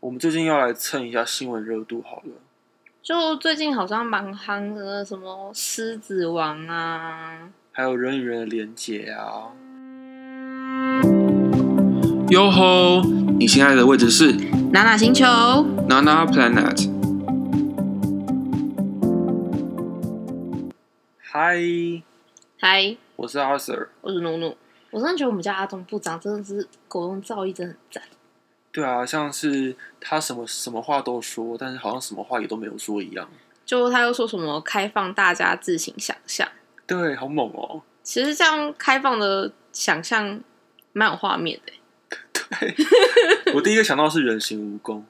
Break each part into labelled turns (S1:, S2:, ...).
S1: 我们最近要来蹭一下新闻热度好了。
S2: 就最近好像蛮夯的，什么《狮子王》啊，
S1: 还有人与人的连结啊。哟吼！你现在的位置是
S2: 《哪哪星球》。
S1: Nana Planet。嗨，
S2: 嗨，
S1: 我是阿 Sir。
S2: 我是努努。我真的觉得我们家阿东部长真的是狗用造诣真的很赞。
S1: 对啊，像是他什么什么话都说，但是好像什么话也都没有说一样。
S2: 就他又说什么开放大家自行想象，
S1: 对，好猛哦！
S2: 其实这样开放的想象蛮有画面的欸。
S1: 我第一个想到是人形蜈蚣，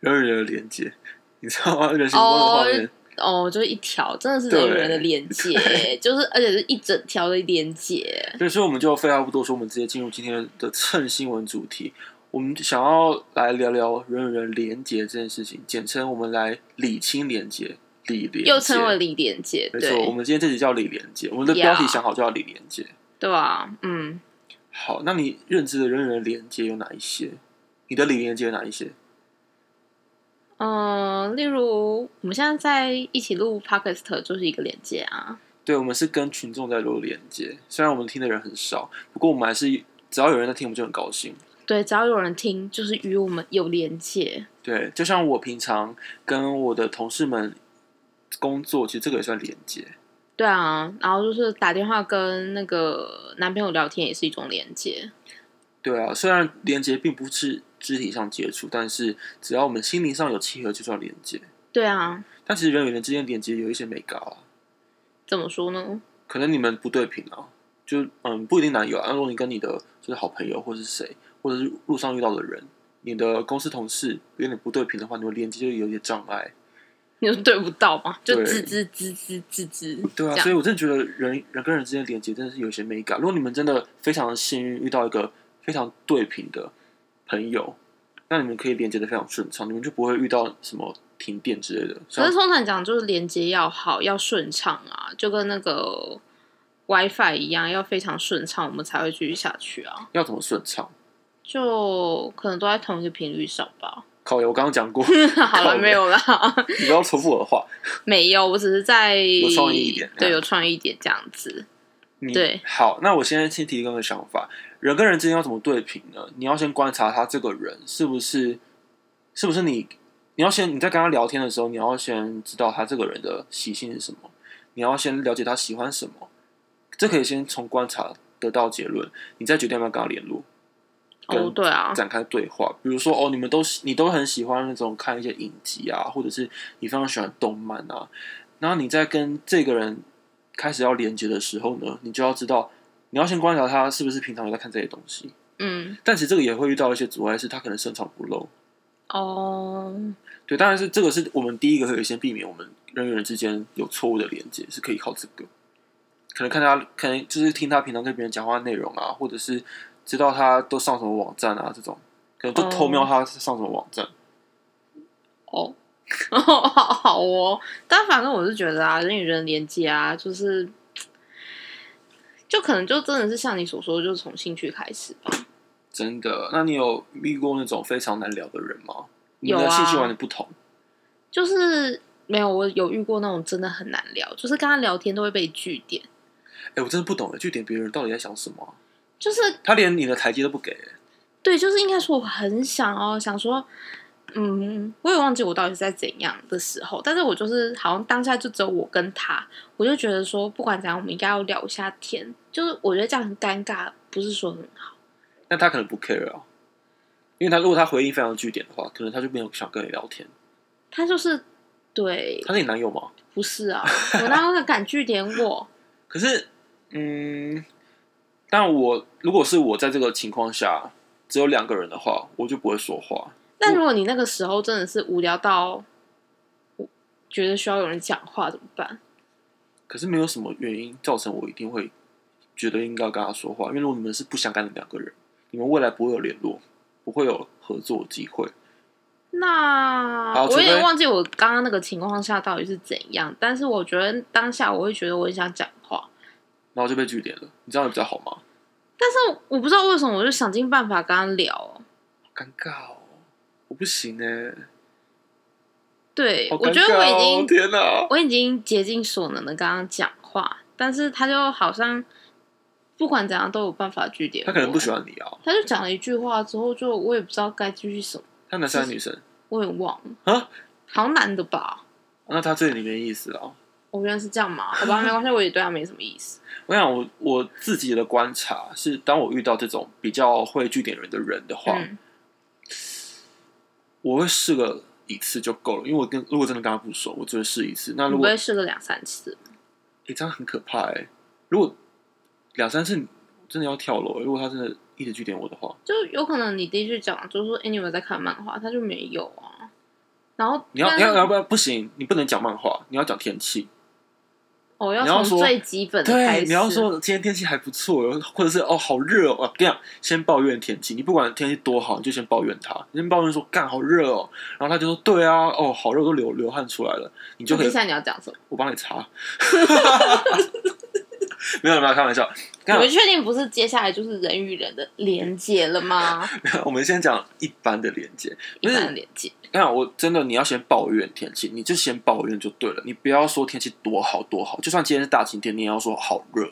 S1: 人与人的连接，你知道吗？人形蜈蚣的画面，
S2: 哦，就是一条，真的是人与人的连接，欸就是而且是一整条的 连接。
S1: 对，所以我们就废话不多说，我们直接进入今天的蹭新闻主题。我们想要来聊聊人与人连接这件事情，简称我们来理清连接，理连接
S2: 又称为李连杰，
S1: 没错。我
S2: 对
S1: 们今天这集叫理连接，我们的
S2: Yeah
S1: 标题想好就叫理连接。
S2: 对啊，嗯，
S1: 好，那你认知的人与人连接有哪一些？你的理连接有哪一些？
S2: 嗯，例如我们现在在一起录 podcast 就是一个连接啊，
S1: 对，我们是跟群众在做连接，虽然我们听的人很少，不过我们还是只要有人在听，我们就很高兴。
S2: 对，只要有人听，就是与我们有连接，
S1: 对，就像我平常跟我的同事们工作，其实这个也算连接。
S2: 对啊，然后就是打电话跟那个男朋友聊天也是一种连接，
S1: 对啊，虽然连接并不是肢体上接触，但是只要我们心灵上有契合，就算连接。
S2: 对啊，
S1: 但其实人与人之间连接有一些没搞啊，
S2: 怎么说呢？
S1: 可能你们不对频啊，就嗯不一定男友啊。如果你跟你的就是好朋友或是谁，或者是路上遇到的人，你的公司同事有点不对频的话，你们连接就有点障碍。
S2: 你说对不到嘛，就
S1: 对
S2: 吱吱吱吱吱吱，
S1: 对啊，
S2: 这
S1: 所以
S2: 样
S1: 我真的觉得人人跟人之间的连接真的是有一些美感。如果你们真的非常幸运遇到一个非常对频的朋友，那你们可以连接的非常顺畅，你们就不会遇到什么停电之类的。
S2: 可
S1: 像
S2: 是通常讲就是连接要好，要顺畅啊，就跟那个 WiFi 一样，要非常顺畅，我们才会继续下去啊，
S1: 要怎么顺畅？
S2: 就可能都在同一个频率上吧。
S1: 靠友，我刚刚讲过，
S2: 好
S1: 靠
S2: 了，
S1: 北
S2: 没有啦。
S1: 你不要重复我的话。
S2: 没有，我只是在有
S1: 创意一点这
S2: 对，
S1: 样
S2: 有创意一点这样子。
S1: 你
S2: 对，
S1: 好，那我现在先提供个想法：人跟人之间要怎么对频呢？你要先观察他这个人是不是，是不是你，你要先你在跟他聊天的时候，你要先知道他这个人的习性是什么，你要先了解他喜欢什么，这可以先从观察得到结论，你再决定要不要跟他联络，
S2: 哦，
S1: 跟
S2: 对啊，
S1: 展开对话。比如说，哦，你们都喜你都很喜欢那种看一些影集啊，或者是你非常喜欢动漫啊，然后你在跟这个人开始要连接的时候呢，你就要知道，你要先观察他是不是平常有在看这些东西。
S2: 嗯，
S1: 但其实这个也会遇到一些阻碍，是他可能深藏不露。
S2: 哦，
S1: 对，当然是这个是我们第一个可以先避免我们人与人之间有错误的连接，是可以靠这个。可能看他，可能就是听他平常跟别人讲话的内容啊，或者是知道他都上什么网站啊，这种可能就偷瞄他上什么网站。
S2: 哦， 好好哦。但反正我是觉得啊，人与人连接啊，就是，就可能就真的是像你所说，就是从兴趣开始吧。
S1: 真的？那你有遇过那种非常难聊的人吗？你
S2: 有
S1: 的
S2: 啊
S1: 兴趣完全不同，
S2: 就是没有，我有遇过那种真的很难聊，就是跟他聊天都会被据点，
S1: 哎、我真的不懂哎，据点别人到底在想什么啊、
S2: 就是
S1: 他连你的台阶都不给欸，
S2: 对，就是应该说我很想哦，想说，嗯，我也忘记我到底是在怎样的时候，但是我就是好像当下就只有我跟他，我就觉得说，不管怎样，我们应该要聊一下天。就是我觉得这样很尴尬，不是说很好。
S1: 那他可能不 care 啊，因为他如果他回应非常据点的话，可能他就没有想跟你聊天。
S2: 他就是对，
S1: 他是你男友吗？
S2: 不是啊，我哪有那敢据点我？
S1: 可是，嗯，但我如果是我在这个情况下只有两个人的话，我就不会说话。
S2: 但如果你那个时候真的是无聊到，我觉得需要有人讲话怎么办？
S1: 可是没有什么原因造成我一定会觉得应该要跟他说话，因为如果你们是不相干的两个人，你们未来不会有联络，不会有合作机会。
S2: 那
S1: 好
S2: 我
S1: 除
S2: 也
S1: 非
S2: 忘记我刚刚那个情况下到底是怎样，但是我觉得当下我会觉得我很想讲话，
S1: 然后就被拒点了，你这样比较好吗？
S2: 但是我不知道为什么，我就想尽办法跟他聊哦。
S1: 好尴尬哦，我不行哎、
S2: 对，
S1: 好
S2: 我
S1: 尴
S2: 觉
S1: 尬
S2: 得我已
S1: 哦
S2: 经！
S1: 天哪、
S2: 我已经竭尽所能的跟他讲话，但是他就好像不管怎样都有办法拒点我。
S1: 他可能不喜欢你啊，
S2: 他就讲了一句话之后，就我也不知道该继续什么，
S1: 他男生还是女生啊？
S2: 我也忘了，
S1: 啊
S2: 好像男的吧？
S1: 那他对你没意思了。
S2: 我原来是这样嘛，好吧，没关系，我也对他没什么意思。
S1: 我想我我自己的观察是，当我遇到这种比较会据点人的人的话，
S2: 嗯，
S1: 我会试个一次就够了。因为我跟如果真的跟他不熟，我只会试一次。那
S2: 你
S1: 如
S2: 不
S1: 果
S2: 会试个两三次？
S1: 诶，这样很可怕哎、如果两三次真的要跳楼、欸如果他真的一直据点我的话，
S2: 就有可能你第一句讲就是说，哎、你有没有在看漫画？他就没有啊。然后
S1: 你要
S2: 但
S1: 你
S2: 是
S1: 要你要不要不行，你不能讲漫画，你要讲天气。
S2: 我
S1: 你要
S2: 哦要从
S1: 说
S2: 最基本的开
S1: 对，
S2: 始。
S1: 你要说今天天气还不错，或者是哦好热哦，我跟你讲，先抱怨天气，你不管天气多好，你就先抱怨它，你先抱怨说干好热哦，然后他就说对啊，哦好热，我都流流汗出来了，你就
S2: 那
S1: 可以
S2: 接下来你要讲什么？
S1: 我帮你查。 没有没有开玩笑，
S2: 你
S1: 刚
S2: 们确定不是接下来就是人与人的连接了吗？
S1: 我们先讲一般的连接。
S2: 一
S1: 不是
S2: 般的连接，
S1: 那我真的你要先抱怨天气，你就先抱怨就对了，你不要说天气多好多好，就算今天是大晴天，你也要说好热，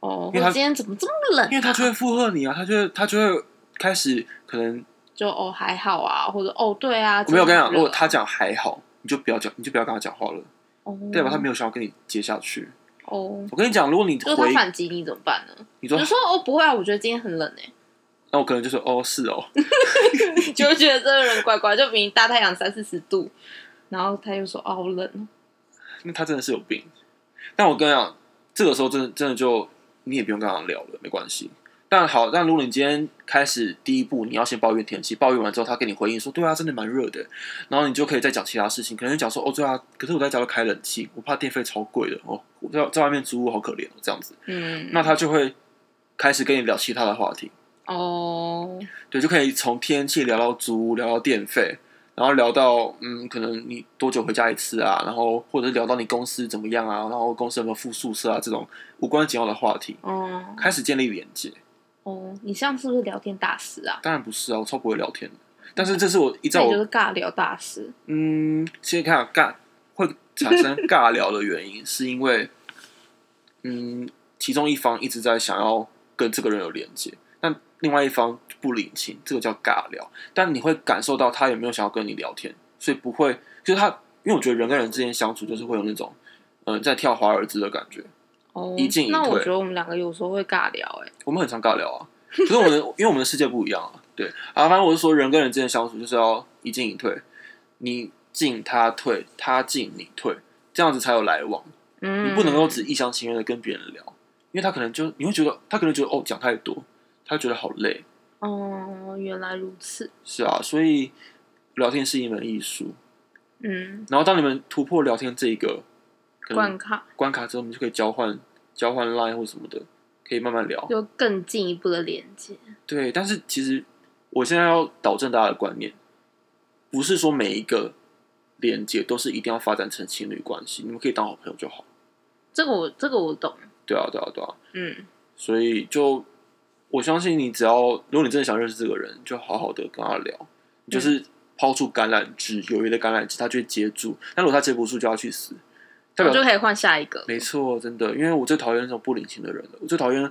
S2: 哦，
S1: 因为
S2: 我
S1: 他
S2: 今天怎么这么冷啊、
S1: 因为他就会附和你啊，他就会他就会开始可能
S2: 就哦还好啊，或者哦对啊，
S1: 我没有跟你讲，如
S2: 真的很热
S1: 果他讲还好，你就不要讲，你就不要跟他讲话了，
S2: 哦
S1: 代表他没有想要跟你接下去。
S2: 哦，
S1: 我跟你讲，如果你
S2: 如果他
S1: 回
S2: 反击你怎么办呢？
S1: 你
S2: 你
S1: 说
S2: 就，说哦不会啊，我觉得今天很冷诶、
S1: 那我可能就说哦是哦，
S2: 你 就会觉得这个人怪怪，就明明大太阳三四十度，然后他又说哦好冷哦，
S1: 那他真的是有病。但我跟你讲，这个时候真的真的就你也不用跟他聊了，没关系。但好，但如果你今天开始第一步，你要先抱怨天气，抱怨完之后，他给你回应说：“对啊，真的蛮热的。”然后你就可以再讲其他事情，可能讲说：“哦，对啊，可是我在家都开冷气，我怕电费超贵的哦，我在在外面租好可怜哦，这样子。”
S2: 嗯，
S1: 那他就会开始跟你聊其他的话题，
S2: 哦
S1: 对，就可以从天气聊到租屋，聊到电费，然后聊到嗯，可能你多久回家一次啊，然后或者是聊到你公司怎么样啊，然后公司有没有附宿舍啊这种无关紧要的话题，
S2: 哦
S1: 开始建立连接。
S2: 哦，你这样是不是聊天大师啊？
S1: 当然不是啊，我超不会聊天的，但是这是我依
S2: 那
S1: 照
S2: 你就
S1: 我
S2: 是尬聊大师，
S1: 嗯，先看尬会产生尬聊的原因，是因为嗯，其中一方一直在想要跟这个人有连接，但另外一方不领情，这个叫尬聊。但你会感受到他有没有想要跟你聊天，所以不会就是他，因为我觉得人跟人之间相处就是会有那种嗯、呃在跳华尔兹的感觉。
S2: 哦
S1: 一进一，退
S2: 那我觉得我们两个有时候会尬聊欸诶、
S1: 我们很常尬聊啊，可是我们的 因为我们的世界不一样啊，对啊，反正我是说人跟人之间相处就是要一进一退，你进他退，他进你退，这样子才有来往。
S2: 嗯，
S1: 你不能够只一厢情愿的跟别人聊，因为他可能就你会觉得他可能觉得哦讲太多，他觉得好累，
S2: 哦，原来如此，
S1: 是啊，所以聊天是一门艺术。
S2: 嗯，
S1: 然后当你们突破聊天这一个可
S2: 关
S1: 能
S2: 卡
S1: 关卡之后，你就可以交换交换 line 或什么的，可以慢慢聊。
S2: 就更进一步的连接。
S1: 对，但是其实我现在要导正大家的观念，不是说每一个连接都是一定要发展成情侣关系，你们可以当好朋友就好。
S2: 这个我这个我懂，
S1: 对啊，对啊，对啊。
S2: 嗯，
S1: 所以就我相信你，只要如果你真的想认识这个人，就好好的跟他聊，你就是抛出橄榄枝，有谊的橄榄枝，他就会接住。但如果他接不住，就要去死，代表
S2: 我哦就可以换下一个。
S1: 没错，真的，因为我最讨厌那种不领情的人了，我最讨厌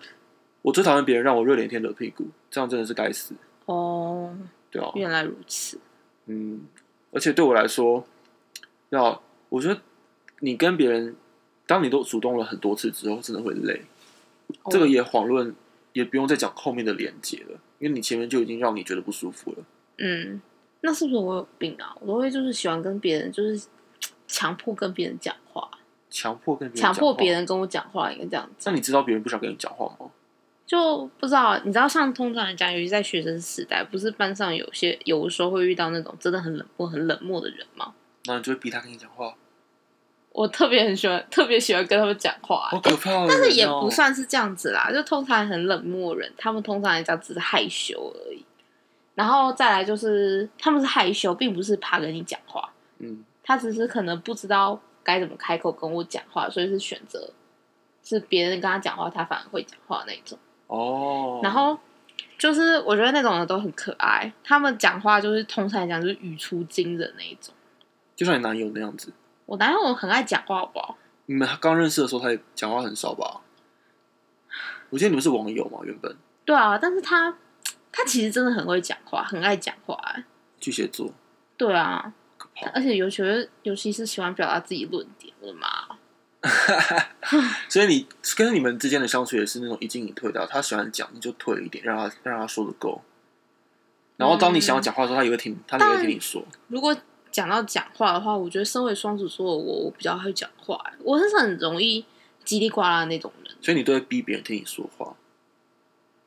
S1: 我最讨厌别人让我热脸贴冷屁股，这样真的是该死，
S2: 哦，
S1: 对啊。
S2: 原来如此，
S1: 嗯，而且对我来说，要我觉得你跟别人，当你都主动了很多次之后，真的会累。
S2: 哦
S1: 这个也遑论，也不用再讲后面的连接了，因为你前面就已经让你觉得不舒服了。
S2: 嗯，那是不是我有病啊？我都会就是喜欢跟别人就是强迫跟别人讲话，
S1: 强迫跟别人
S2: 强迫
S1: 讲话
S2: 别，人跟我讲话，应该这样
S1: 那
S2: 讲。
S1: 你知道别人不想跟你讲话吗？
S2: 就不知道，你知道，像通常来讲，尤其在学生时代，不是班上有些有的时候会遇到那种真的很冷漠、很冷漠的人吗？
S1: 那你就会逼他跟你讲话，
S2: 我特别很喜欢，特别喜欢跟他们讲话、欸
S1: 好可怕、哦！
S2: 哎但是也不算是这样子啦，就通常很冷漠的人，他们通常来讲只是害羞而已。然后再来就是，他们是害羞，并不是怕跟你讲话，
S1: 嗯，
S2: 他只是可能不知道该怎么开口跟我讲话，所以是选择是别人跟他讲话，他反而会讲话那种。
S1: 哦，
S2: 然后就是我觉得那种人都很可爱，他们讲话就是通常来讲就是语出惊人那一种。
S1: 就像你男友那样子，
S2: 我男友很爱讲话，好不好？
S1: 你们刚认识的时候，他也讲话很少吧？我记得你们是网友嘛，原本
S2: 对啊，但是他他其实真的很会讲话，很爱讲话、欸。
S1: 巨蟹座，
S2: 对啊，
S1: 可怕。
S2: 而且尤其是尤其是喜欢表达自己论点，我的妈！
S1: 所以你跟你们之间的相处也是那种一进一退的啊，他喜欢讲你就退一点，让他让他说的够。然后当你想要讲话的时候，他也会听，他也会听你说。
S2: 如果讲到讲话的话，我觉得身为双子座的我，我比较会讲话、欸我是很容易叽里呱啦的那种人。
S1: 所以你都会逼别人听你说话。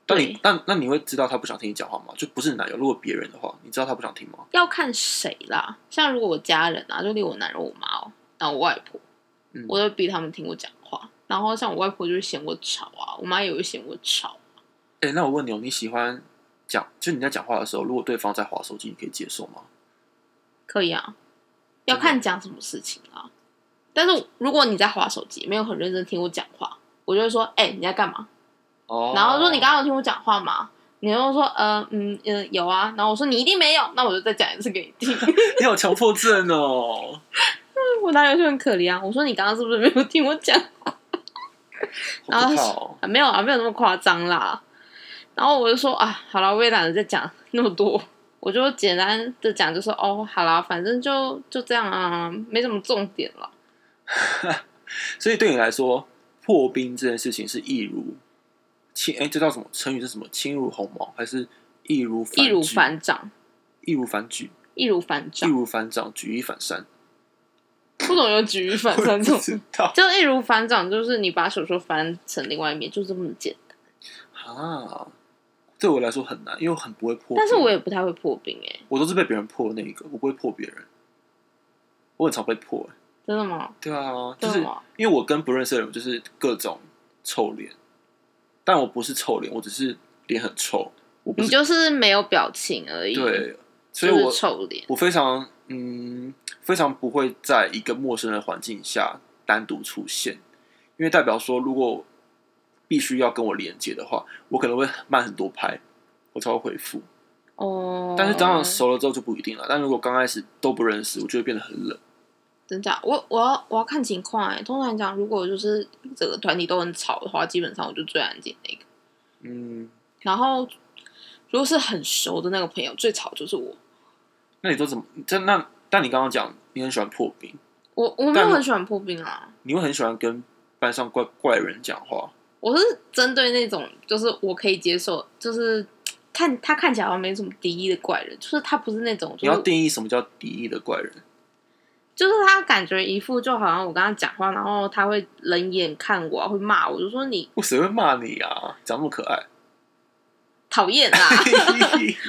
S1: 但你
S2: 对
S1: 但那你会知道他不想听你讲话吗？就不是你男友，如果别人的话，你知道他不想听吗？
S2: 要看谁啦，像如果我家人啊，就例如我男人、我妈哦、然后我外婆，
S1: 嗯
S2: 我都逼他们听我讲话。然后像我外婆就会嫌我吵啊，我妈也会嫌我吵。
S1: 哎、那我问你哦，你喜欢讲，就你在讲话的时候，如果对方在划手机，你可以接受吗？
S2: 可以啊，
S1: 真
S2: 要
S1: 的
S2: 看讲什么事情啊。但是如果你在划手机，没有很认真听我讲话，我就会说：“哎、你在干嘛？”
S1: 哦
S2: 然后说：“你刚刚有听我讲话吗？”你又说：“呃，嗯，呃，有啊。”然后我说：“你一定没有。”那我就再讲一次给你听。
S1: 你有强迫症哦。
S2: 我男友就很可怜啊，我说：“你刚刚是不是没有听我讲然
S1: 好可
S2: 后他
S1: 怕
S2: 说
S1: 哦，
S2: 啊，没有啊，没有那么夸张啦。然后我就说啊，好了，我也懒得再讲那么多，我就简单的讲，就说哦，好啦，反正就就这样啊，没什么重点了。
S1: 所以对你来说，破冰这件事情是易如轻，哎、这叫什么成语？是什么？轻如鸿毛，还是易如反
S2: 易如
S1: 举
S2: 反掌，
S1: 易如反举，
S2: 易如反
S1: 易
S2: 掌，
S1: 如反掌，举一反三。
S2: 不懂有举一反
S1: 我
S2: 三
S1: 也
S2: 这
S1: 不
S2: 种，
S1: 知道
S2: 就易如反掌，就是你把手手翻成另外一面，就这么简单。
S1: 啊，对我来说很难，因为我很不会破冰。
S2: 但是我也不太会破冰哎、
S1: 我都是被别人破的那一个，我不会破别人。我很常被破、哎
S2: 真的吗？
S1: 对啊，就
S2: 真的
S1: 是
S2: 吗？
S1: 因为我跟不认识的人就是各种臭脸，但我不是臭脸，我只是脸很臭，我不
S2: 你
S1: 是
S2: 就是没有表情而已，，
S1: 对，所以
S2: 就
S1: 我
S2: 是臭脸。
S1: 我非常嗯非常不会在一个陌生的环境下单独出现，因为代表说如果必须要跟我连接的话，我可能会慢很多拍，我才会回复。
S2: 哦，
S1: 但是当然熟了之后就不一定了。但如果刚开始都不认识，我就会变得很冷。
S2: 真假？我我要我要看情况哎、通常讲，如果就是整个团体都很吵的话，基本上我就最安静那个。
S1: 嗯，
S2: 然后如果是很熟的那个朋友，最吵就是我。
S1: 那你都怎么？这那但你刚刚讲你很喜欢破冰，
S2: 我我没有很喜欢破冰啊，
S1: 你会很喜欢跟班上怪怪人讲话。
S2: 我是针对那种就是我可以接受，就是看他看起来好像没什么敌意的怪人，就是他不是那种
S1: 你
S2: 就
S1: 要
S2: 是
S1: 定义什么叫敌意的怪人？
S2: 就是他感觉一副就好像我跟他讲话，然后他会冷眼看我啊，会骂我，就说你
S1: 我谁会骂你啊？长那么可爱，
S2: 讨厌啊啦。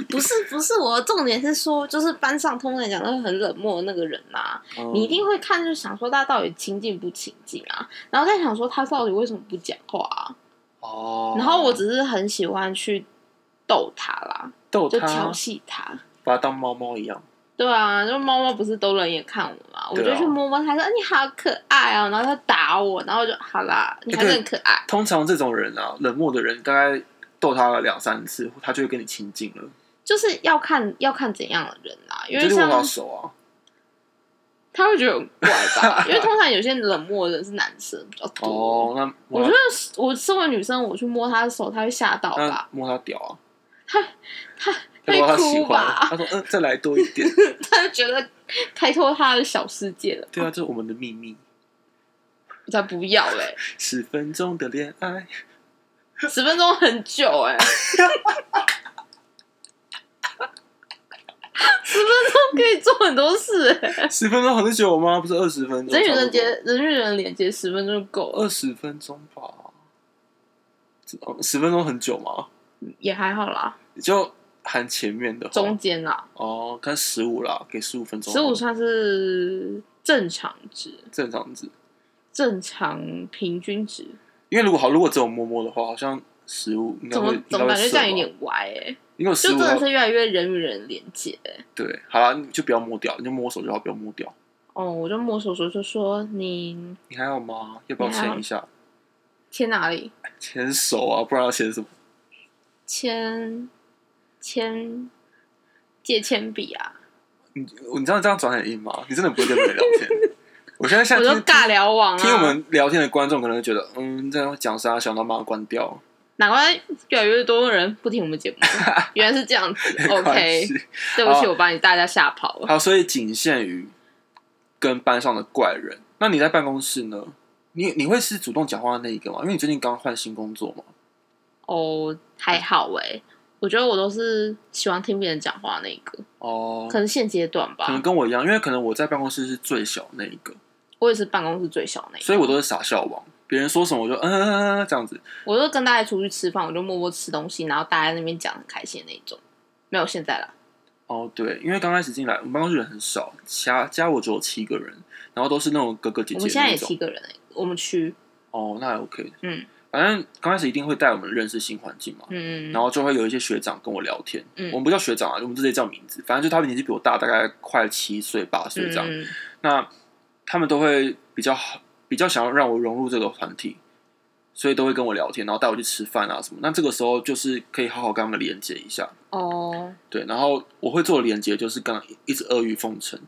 S2: 不是不是，我的重点是说，就是班上通常来讲都会很冷漠的那个人呐、
S1: 哦
S2: 你一定会看，就是想说他到底亲近不亲近啊，然后再想说他到底为什么不讲话啊，
S1: 哦。
S2: 然后我只是很喜欢去逗他啦，
S1: 逗
S2: 就
S1: 他，
S2: 调戏他。
S1: 把它当猫猫一样。
S2: 对啊，就猫猫不是都冷眼看我嘛，我
S1: 对啊
S2: 就去摸摸它，说哎你好可爱哦、然后它打我，然后我就好啦，你还是
S1: 欸对
S2: 很可爱。
S1: 通常这种人啊，冷漠的人，大概逗他了两三次，他就会跟你亲近了。
S2: 就是要看要看怎样的人啦、因
S1: 你
S2: 为
S1: 就握
S2: 像
S1: 到手啊，
S2: 他会觉得很怪吧， 因为通常有些冷漠的人是男生比较多。
S1: 哦，那
S2: 我
S1: 摸
S2: 觉
S1: 他
S2: 得我身为女生，我去摸她的手，她会吓到吧
S1: 那？摸他屌啊，
S2: 她
S1: 他说他
S2: 会
S1: 喜
S2: 哭
S1: 欢，
S2: 吧？
S1: 他说嗯，再来多一 点。
S2: 她就觉得开拓她的小世界了，
S1: 对啊，这是我们的秘密，
S2: 我才不要 嘞！
S1: 十分钟的恋爱。
S2: 十分钟很久 哎、十分钟可以做很多事 哎、
S1: 十分钟很久吗？不是二十分钟，
S2: 人与人
S1: 差不多
S2: 接，人与人连接十分钟就够了，
S1: 二十分钟吧。这哦十分钟很久吗？
S2: 也还好啦，
S1: 就含前面的话
S2: 中间啦，
S1: 哦，看十五啦，给十五分钟，
S2: 十五算是正常值，
S1: 正常值。
S2: 正常平均值，
S1: 因为如果好，如果只有摸摸的话，好像十五应该
S2: 怎
S1: 会
S2: 么
S1: 应
S2: 怎
S1: 该
S2: 么
S1: 会
S2: 感觉这
S1: 射
S2: 样有
S1: 吧
S2: 点歪哎、
S1: 因为十
S2: 就
S1: 五
S2: 真的是越来越人与人连接、
S1: 对，好啦，你就不要摸掉，你就摸手就好，不要摸掉。
S2: 哦，我就摸手手就说你
S1: 你还好吗？要不要
S2: 你还好
S1: 牵一下？
S2: 贴哪里？
S1: 牵手啊，不然要牵什么？
S2: 铅铅借铅笔啊，
S1: 你你知道这样转很硬吗？你真的不会跟别人聊天。 我现在现
S2: 我
S1: 在
S2: 就
S1: 听
S2: 尬聊网啊。
S1: 听我们聊天的观众可能会觉得，嗯，这样讲啥，想到把它关掉，
S2: 难怪越来越多人不听我们 节目，原来是这样子。
S1: 没关
S2: OK，
S1: 系。哦
S2: 对不起，
S1: 好
S2: 我把你大家吓跑 了。
S1: 好，所以仅限于跟班上的怪人。那你在办公室呢？你你会是主动讲话的那一个吗？因为你最近刚换新工作嘛。
S2: 哦，还好哎、我觉得我都是喜欢听别人讲话那一个，
S1: 哦，
S2: 可能现阶段
S1: 可能
S2: 吧。
S1: 跟我一样，因为可能我在办公室是最小那一个，
S2: 我也是办公室最小那一个，
S1: 所以我都是傻笑王。别人说什么我就嗯嗯嗯嗯嗯这样子。
S2: 我就跟大家出去吃饭，我就默默吃东西，然后大家在那边讲很开心的那一种。没有现在啦，
S1: 哦，对，因为刚开始进来，我们办公室人很少，加加我只有七个人，然后都是那种哥哥姐
S2: 我
S1: 姐
S2: 们现在
S1: 那
S2: 也
S1: 种
S2: 七个人、欸，我们区，
S1: 哦，那还 OK。
S2: 嗯，
S1: 反正刚开始一定会带我们认识新环境嘛，
S2: 嗯，
S1: 然后就会有一些学长跟我聊天，
S2: 嗯
S1: 我们不叫学长啊，我们直接叫名字，反正就他们年纪比我大，大概快七岁八岁这样。
S2: 嗯
S1: 那他们都会比较好，比较想要让我融入这个团体，所以都会跟我聊天，然后带我去吃饭啊什么。那这个时候就是可以好好跟他们连接一下，
S2: 哦，
S1: 对。然后我会做的连接就是刚刚一直阿谀奉承。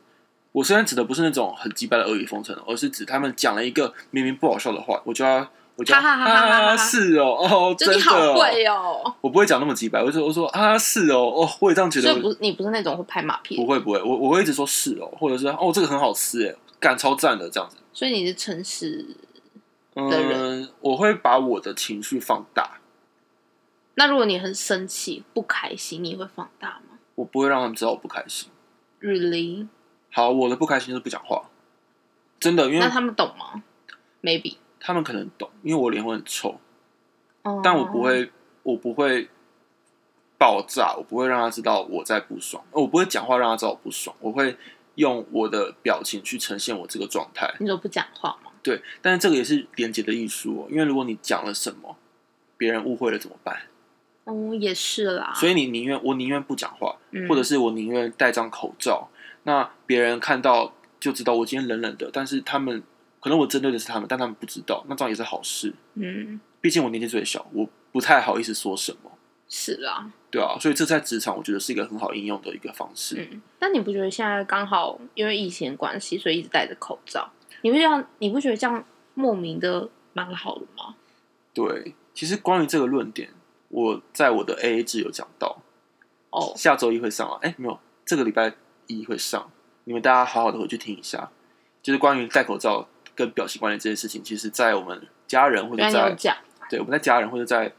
S1: 我虽然指的不是那种很击败的阿谀奉承，而是指他们讲了一个明明不好笑的话，我就要我就要
S2: 哈哈哈哈哈哈
S1: 啊是哦哦，
S2: 就你
S1: 真的
S2: 好
S1: 哦
S2: 会哦，
S1: 我不会讲那么直白，我就我说啊是哦哦，我也这样觉
S2: 所
S1: 得
S2: 以，不是你不是那种会拍马屁
S1: 不
S2: 的，
S1: 会不会，我我会一直说是哦，或者是哦这个很好吃哎，干超赞的这样子。
S2: 所以你是诚实。的
S1: 嗯，我会把我的情绪放大，
S2: 那如果你很生气、不开心，你会放大吗
S1: 我不会让他们知道我不开心。
S2: ？Really？
S1: 好，我的不开心就是不讲话，真的，因为
S2: 那他们懂吗？Maybe。
S1: 他们可能懂，因为我脸会很臭，
S2: 哦
S1: 但我不。会，我不会爆炸，我不会让他知道我在不爽，我不会讲话让他知道我不爽，我会用我的表情去呈现我这个状态。
S2: 你说不讲话吗？
S1: 对，但是这个也是连接的艺术、哦，因为如果你讲了什么，别人误会了怎么办？
S2: 哦，也是啦。
S1: 所以你宁愿我宁愿不讲话，
S2: 以
S1: 或者是我宁愿戴张口罩，那别人看到就知道我今天冷冷的，但是他们可能我针对的是他们，但他们不知道，那这样也是好事。
S2: 嗯，
S1: 毕竟我年纪最小，我不太好意思说什么，
S2: 是啦。
S1: 对啊，所以这在职场我觉得是一个很好应用的一个方式。
S2: 嗯，但你不觉得现在刚好因为疫情的关系，所以一直戴着口罩？你会这样？你不觉得这样莫名的蛮好的吗？
S1: 对，其实关于这个论点，我在我的 A A 制有讲到，
S2: 哦，
S1: 下周一会上啊，哎、没有，这个礼拜一会上，你们大家好好的回去听一下，就是关于戴口罩跟表情管理这件事情，其实，在我们家人或
S2: 原
S1: 者
S2: 来你
S1: 在
S2: 有讲。
S1: 对我们在家人或者在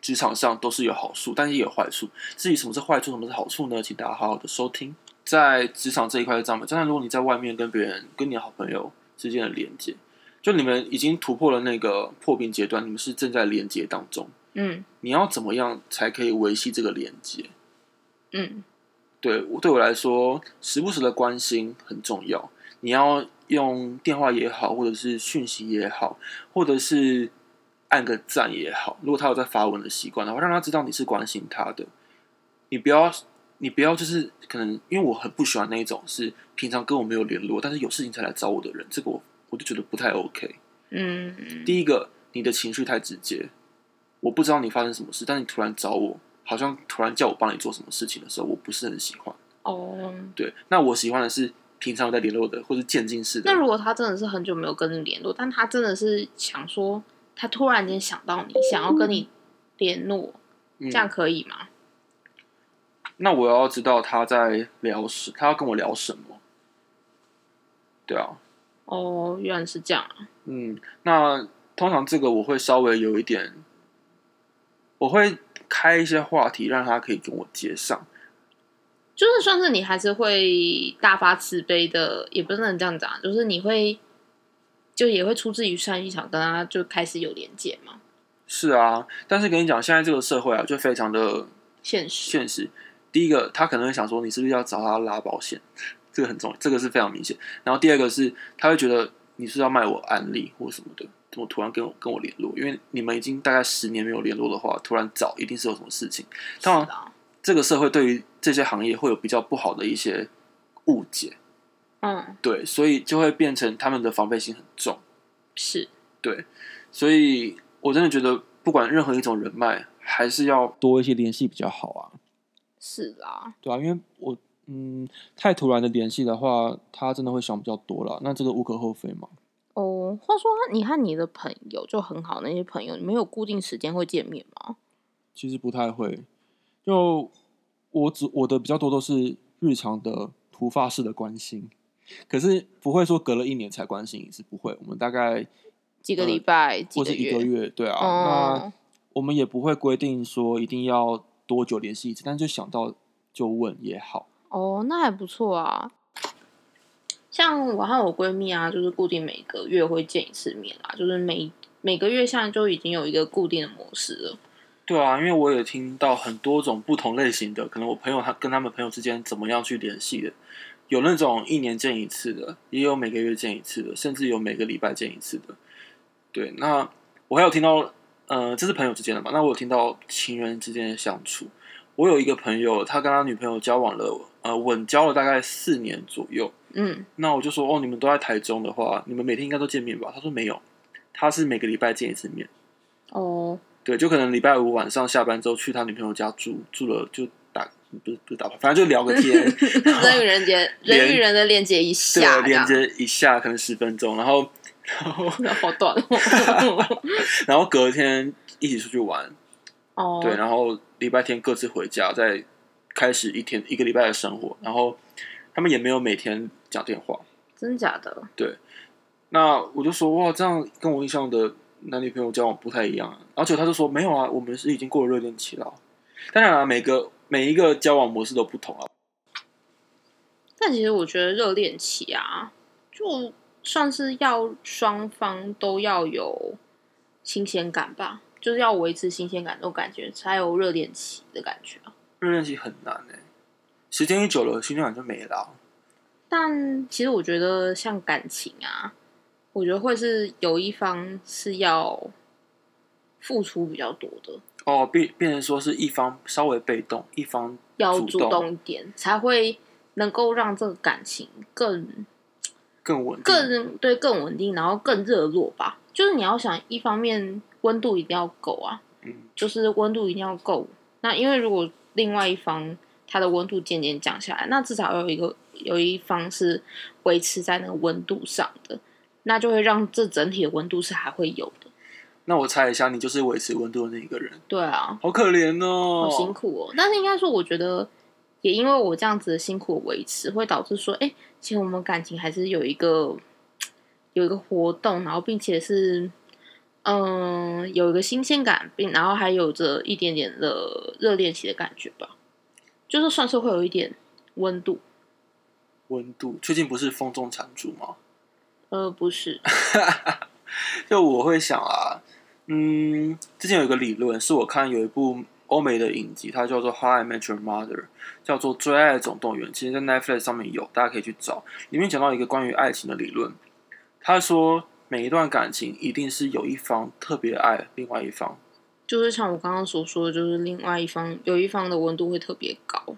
S1: 职场上都是有好处，但是也有坏处。至于什么是坏处，什么是好处呢？请大家好好的收听。在职场这一块是这样的，当然如果你在外面跟别人、跟你的好朋友之间的连接，就你们已经突破了那个破冰阶段，你们是正在连接当中，
S2: 嗯
S1: 你要怎么样才可以维系这个连接？
S2: 嗯
S1: 对我对我来说，时不时的关心很重要。你要用电话也好，或者是讯息也好，或者是按个赞也好。如果他有在发文的习惯的话，让他知道你是关心他的。你不要，你不要就是可能，因为我很不喜欢那一种是平常跟我没有联络，但是有事情才来找我的人，这个我我就觉得不太 OK。
S2: 嗯嗯，
S1: 第一个，你的情绪太直接，我不知道你发生什么事，但你突然找我，好像突然叫我帮你做什么事情的时候，我不是很喜欢。
S2: 哦。
S1: 对，那我喜欢的是平常有在联络的，或是渐进式的
S2: 那。如果他真的是很久没有跟你联络，但他真的是想说，他突然间想到你，想要跟你联络，
S1: 嗯
S2: 这样可以吗？
S1: 那我要知道他在聊什，他要跟我聊什么。对啊，
S2: 哦，原来是这样啊。
S1: 嗯，那通常这个我会稍微有一点，我会开一些话题，让他可以跟我接上。
S2: 就是算是你还是会大发慈悲的，也不能这样讲，啊就是你会就也会出自于善意，想跟他就开始有连接嘛。
S1: 是啊，但是跟你讲，现在这个社会啊，就非常的
S2: 现实，
S1: 现实。第一个，他可能会想说，你是不是要找他拉保险？这个很重要，这个是非常明显。然后第二个是，他会觉得你是不是要卖我案例或什么的，怎么突然跟我跟我联络？因为你们已经大概十年没有联络的话，突然找一定是有什么事情。当然
S2: 是啊，
S1: 这个社会对于这些行业会有比较不好的一些误解，
S2: 嗯，
S1: 对，所以就会变成他们的防备心很重。
S2: 是，
S1: 所以我真的觉得，不管任何一种人脉，还是要多一些联系比较好啊。
S2: 是啦，
S1: 对啊，因为我嗯，太突然的联系的话，他真的会想比较多了。那这个无可厚非嘛。
S2: 哦，话说你和你的朋友就很好，那些朋友你们有固定时间会见面吗？
S1: 其实不太会，就我只我的比较多都是日常的突发式的关心，可是不会说隔了一年才关心一次，不会。我们大概
S2: 几个
S1: 呃
S2: 礼拜、几
S1: 或
S2: 个
S1: 是一
S2: 月？
S1: 个月，对啊，那
S2: 哦，
S1: 我们也不会规定说一定要多久联系一次，但就想到就问也好。
S2: 哦，那还不错啊。像我和我闺蜜啊，就是固定每个月会见一次面啦，就是每每个月现在就已经有一个固定的模式了。
S1: 对啊，因为我也听到很多种不同类型的，可能我朋友他跟他们朋友之间怎么样去联系的，有那种一年见一次的，也有每个月见一次的，甚至有每个礼拜见一次的。对，那我还有听到，呃，这是朋友之间的嘛？那我有听到情人之间的相处。我有一个朋友，他跟他女朋友交往了，呃，稳交了大概四年左右。
S2: 嗯，
S1: 那我就说哦，你们都在台中的话，你们每天应该都见面吧？他说没有，他是每个礼拜见一次面。
S2: 哦，
S1: 对，就可能礼拜五晚上下班之后去他女朋友家住，住了就打不是不是打牌，反正就聊个天，
S2: 人与人间，
S1: 连
S2: 人与人的链接一下，
S1: 对，连接一下可能十分钟，然后然后
S2: 这样 好 短哦。
S1: 然后隔天一起出去玩，
S2: 哦，
S1: 对，然后礼拜天各自回家，再开始一天一个礼拜的生活，然后他们也没有每天讲电话，
S2: 真假的？
S1: 那我就说哇，这样跟我印象的男女朋友交往不太一样、啊。而且他就说没有啊，我们是已经过了热恋期了啊。当然、啊，每个每一个交往模式都不同啊。
S2: 但其实我觉得热恋期啊，就算是要双方都要有新鲜感吧，就是要维持新鲜感这种感觉，才有热恋期的感觉啊。
S1: 热恋期很难哎、时间一久了，新鲜感就没了啊。
S2: 但其实我觉得像感情啊，我觉得会是有一方是要付出比较多的，
S1: 哦，变变成说是一方稍微被动，一方
S2: 要
S1: 主
S2: 主
S1: 动
S2: 动一点，才会能够让这个感情更
S1: 更稳定。
S2: 更对更稳定，然后更热络吧。就是你要想，一方面温度一定要够啊，
S1: 嗯
S2: 就是温度一定要够。那因为如果另外一方它的温度渐渐降下来，那至少有一个有一方是维持在那个温度上的，那就会让这整体的温度是还会有的。
S1: 那我猜一下，你就是维持温度的那一个人，
S2: 对啊，
S1: 好可怜哦，
S2: 好辛苦哦。但是应该说，我觉得也因为我这样子的辛苦的维持，会导致说，哎、其实我们感情还是有一个有一个活动，然后并且是嗯、有一个新鲜感，并然后还有着一点点的热恋期的感觉吧，就是算是会有一点温度。
S1: 温度，最近不是风中残烛吗？
S2: 呃，不是，
S1: 就我会想啊，嗯，之前有一个理论，是我看有一部欧美的影集，它叫做《How I Met Your Mother》，叫做《最爱总动员》，其实在 Netflix 上面有，大家可以去找。里面讲到一个关于爱情的理论，他说每一段感情一定是有一方特别爱另外一方，
S2: 就是像我刚刚所说的，就是另外一方有一方的温度会特别高，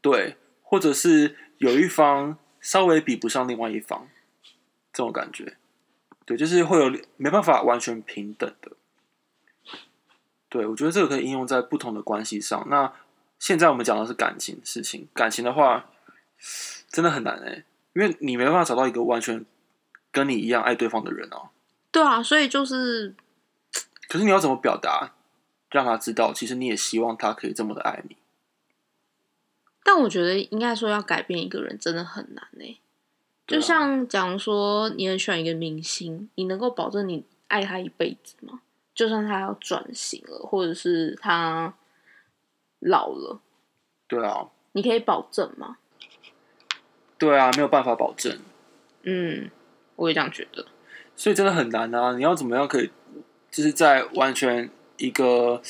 S1: 对，或者是有一方稍微比不上另外一方，这种感觉，对，就是会有没办法完全平等的。对，我觉得这个可以应用在不同的关系上。那现在我们讲的是感情事情，感情的话真的很难哎、因为你没办法找到一个完全跟你一样爱对方的人哦、
S2: 对啊，所以就是
S1: 可是你要怎么表达，让他知道其实你也希望他可以这么的爱你？
S2: 但我觉得应该说要改变一个人真的很难欸呢、
S1: 对
S2: 就
S1: 啊
S2: 像假如说你很喜欢一个明星，你能够保证你爱他一辈子吗？就算他要转型了，或者是他老了，
S1: 对啊，
S2: 你可以保证吗？
S1: 对啊，没有办法保证。
S2: 嗯，我也这样觉得。
S1: 所以真的很难啊！你要怎么样可以，就是在完全一个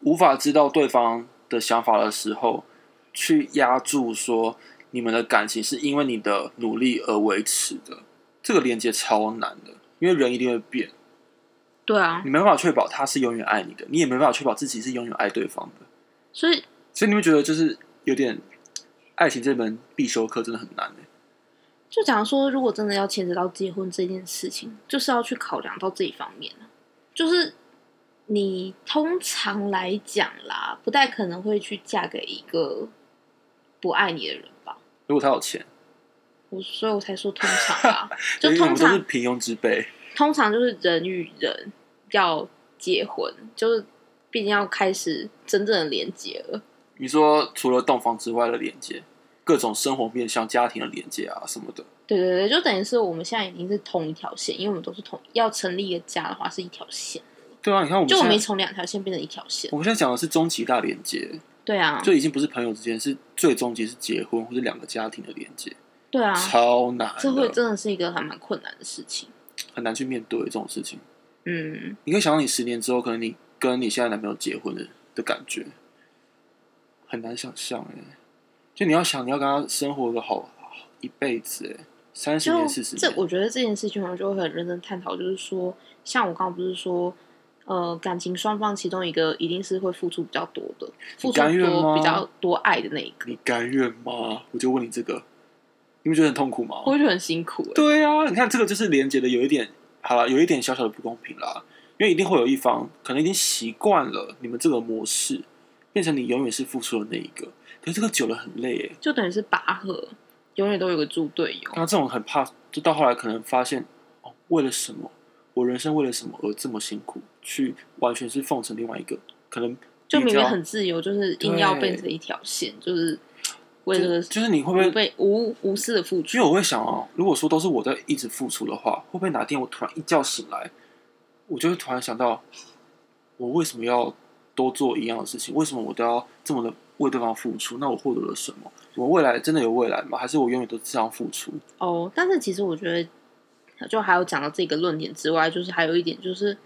S1: 无法知道对方的想法的时候，去压住说你们的感情是因为你的努力而维持的，这个连接超难的，因为人一定会变，
S2: 对啊，
S1: 你没办法确保他是永远爱你的，你也没办法确保自己是永远爱对方的，
S2: 所以
S1: 所以你会觉得就是有点爱情这门必修课真的很难、欸、
S2: 就假如说，如果真的要牵扯到结婚这件事情，就是要去考量到这一方面啊就是你通常来讲啦，不太可能会去嫁给一个不爱你的人吧？
S1: 如果他有钱，
S2: 我所以我才说通 常啦，就
S1: 因为我
S2: 通
S1: 们都是
S2: 常
S1: 平庸之辈。
S2: 通常就是人与人要结婚，就是毕竟要开始真正的连接了。
S1: 你说除了洞房之外的连接，各种生活面向、家庭的连接啊什么的，
S2: 对对对，就等于是我们现在已经是同一条线，因为我们都是同要成立一个家的话是一条线，
S1: 对啊，你看我们
S2: 就我
S1: 现
S2: 们
S1: 在
S2: 从两条线变成一条线。
S1: 我们现在讲的是终极大连接，
S2: 对啊，
S1: 就已经不是朋友之间，是最终极是结婚或者两个家庭的连接，
S2: 对啊，
S1: 超难
S2: 这会
S1: 的，
S2: 真的是一个还蛮困难的事情。
S1: 很难去面对这种事情。
S2: 嗯，
S1: 你可以想象你十年之后，可能你跟你现在男朋友结婚的的感觉，很难想象哎、就你要想，你要跟他生活个好一辈子哎、三十
S2: 就
S1: 年、四十
S2: 这，
S1: 年，
S2: 我觉得这件事情我就会很认真探讨，就是说，像我刚刚不是说，呃，感情双方其中一个一定是会付出比较多的，付出
S1: 甘愿吗
S2: 多比较多爱的那一个，
S1: 你甘愿吗？我就问你这个，你不觉得很痛苦吗？
S2: 我会觉得很辛苦、欸。
S1: 对啊，你看这个就是连接的有一点，好了，有一点小小的不公平啦，因为一定会有一方可能已经习惯了你们这个模式，变成你永远是付出的那一个，可是这个久了很累耶。
S2: 就等于是拔河，永远都有个猪队友。
S1: 那这种很怕，就到后来可能发现，哦，为了什么？我人生为了什么而这么辛苦？去完全是奉承另外一个，可能
S2: 就
S1: 比
S2: 明
S1: 较
S2: 明很自由，就是硬要变成一条线，就是为了
S1: 就就是你会不
S2: 不
S1: 会？
S2: 被无无私的付
S1: 因为
S2: 出。
S1: 我会想哦，如果说都是我在一直付出的话，会不会哪天我突然一觉醒来，我就会突然想到，我为什么要多做一样的事情？为什么我都要这么的为对方付出？那我获得了什么？我未来真的有未来吗？还是我永远都这样付出？
S2: 哦，但是其实我觉得，就还有讲到这个论点之外，就是还有一点就是，